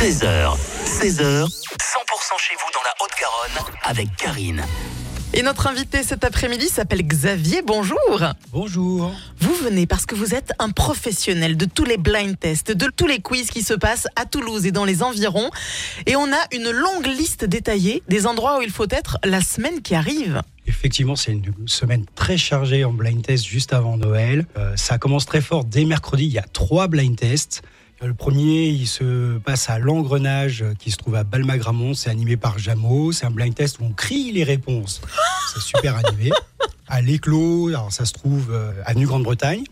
16h, 16h, 100% chez vous dans la Haute-Garonne avec Karine. Et notre invité cet après-midi s'appelle Xavier. Bonjour. Bonjour. Vous venez parce que vous êtes un professionnel de tous les blind tests, de tous les quiz qui se passent à Toulouse et dans les environs. Et on a une longue liste détaillée des endroits où il faut être la semaine qui arrive. Effectivement, c'est une semaine très chargée en blind test juste avant Noël. Euh, ça commence très fort dès mercredi. Il y a trois blind tests. Euh, Le premier, il se passe à l'engrenage euh, qui se trouve à Balmagramont. C'est animé par Jameau. C'est un blind test où on crie les réponses. C'est super animé. À l'éclos, alors ça se trouve euh, avenue Grande-Bretagne.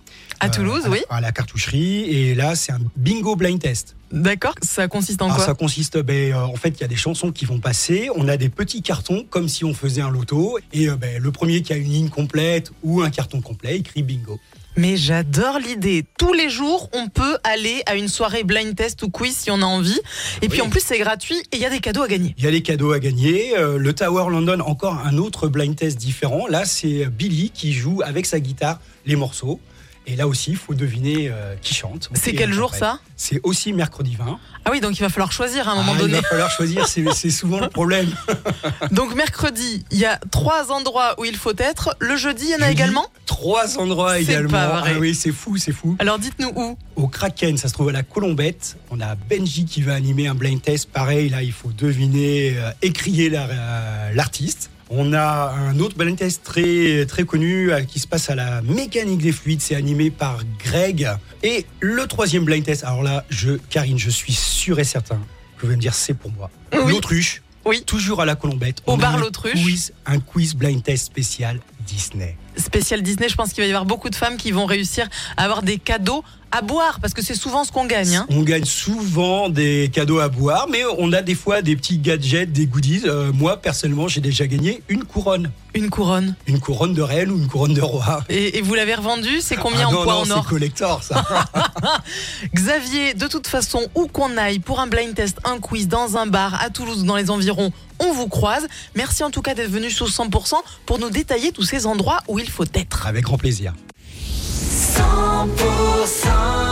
À Euh, Toulouse, la- oui. À la cartoucherie. Et là, c'est un bingo blind test. D'accord Ça consiste en Alors, quoi Ah, ça consiste, ben, euh, en fait, il y a des chansons qui vont passer. On a des petits cartons, comme si on faisait un loto. Et euh, ben, le premier qui a une ligne complète ou un carton complet, écrit bingo. Mais j'adore l'idée. Tous les jours, on peut aller à une soirée blind test ou quiz si on a envie. Et puis Oui. en plus, c'est gratuit et il y a des cadeaux à gagner. Il y a les cadeaux à gagner. Euh, le Tower London, encore un autre blind test différent. Là, c'est Billy qui joue avec sa guitare les morceaux. Et là aussi, il faut deviner euh, qui chante. C'est Et quel jour après, ça C'est aussi mercredi 20. Ah oui, donc il va falloir choisir à un moment Ah, donné. Il va falloir choisir, c'est c'est souvent le problème. Donc mercredi, il y a trois endroits où il faut être. Le jeudi, il y en a Jeudi, également. Trois endroits C'est également. pas vrai. Ah oui, c'est fou, c'est fou. Alors dites-nous où. Au Kraken, ça se trouve à la Colombette. On a Benji qui va animer un blind test. Pareil, là, il faut deviner, euh, écrier la- euh, l'artiste. On a un autre blind test très, très connu euh, qui se passe à la mécanique des fluides. C'est animé par Greg. Et le troisième blind test, alors là, je, Karine, je suis sûr et certain que vous allez me dire c'est pour moi. Oui. L'autruche. Oui. Toujours à la Colombette. Au On a bar un L'Autruche. quiz- un quiz blind test spécial Disney. Spécial Disney, je pense qu'il va y avoir beaucoup de femmes qui vont réussir à avoir des cadeaux à boire parce que c'est souvent ce qu'on gagne. hein. On gagne souvent des cadeaux à boire, mais on a des fois des petits gadgets, des goodies. Euh, moi, personnellement, j'ai déjà gagné une couronne. Une couronne. Une couronne de reine ou une couronne de roi. Et, et vous l'avez revendue, c'est combien Ah en non, poids non, en or C'est collector, ça. Xavier, de toute façon, où qu'on aille pour un blind test, un quiz, dans un bar, à Toulouse, dans les environs, on vous croise. Merci en tout cas d'être venu sur 100% pour nous détailler tous ces endroits où il faut être. Avec grand plaisir. 100%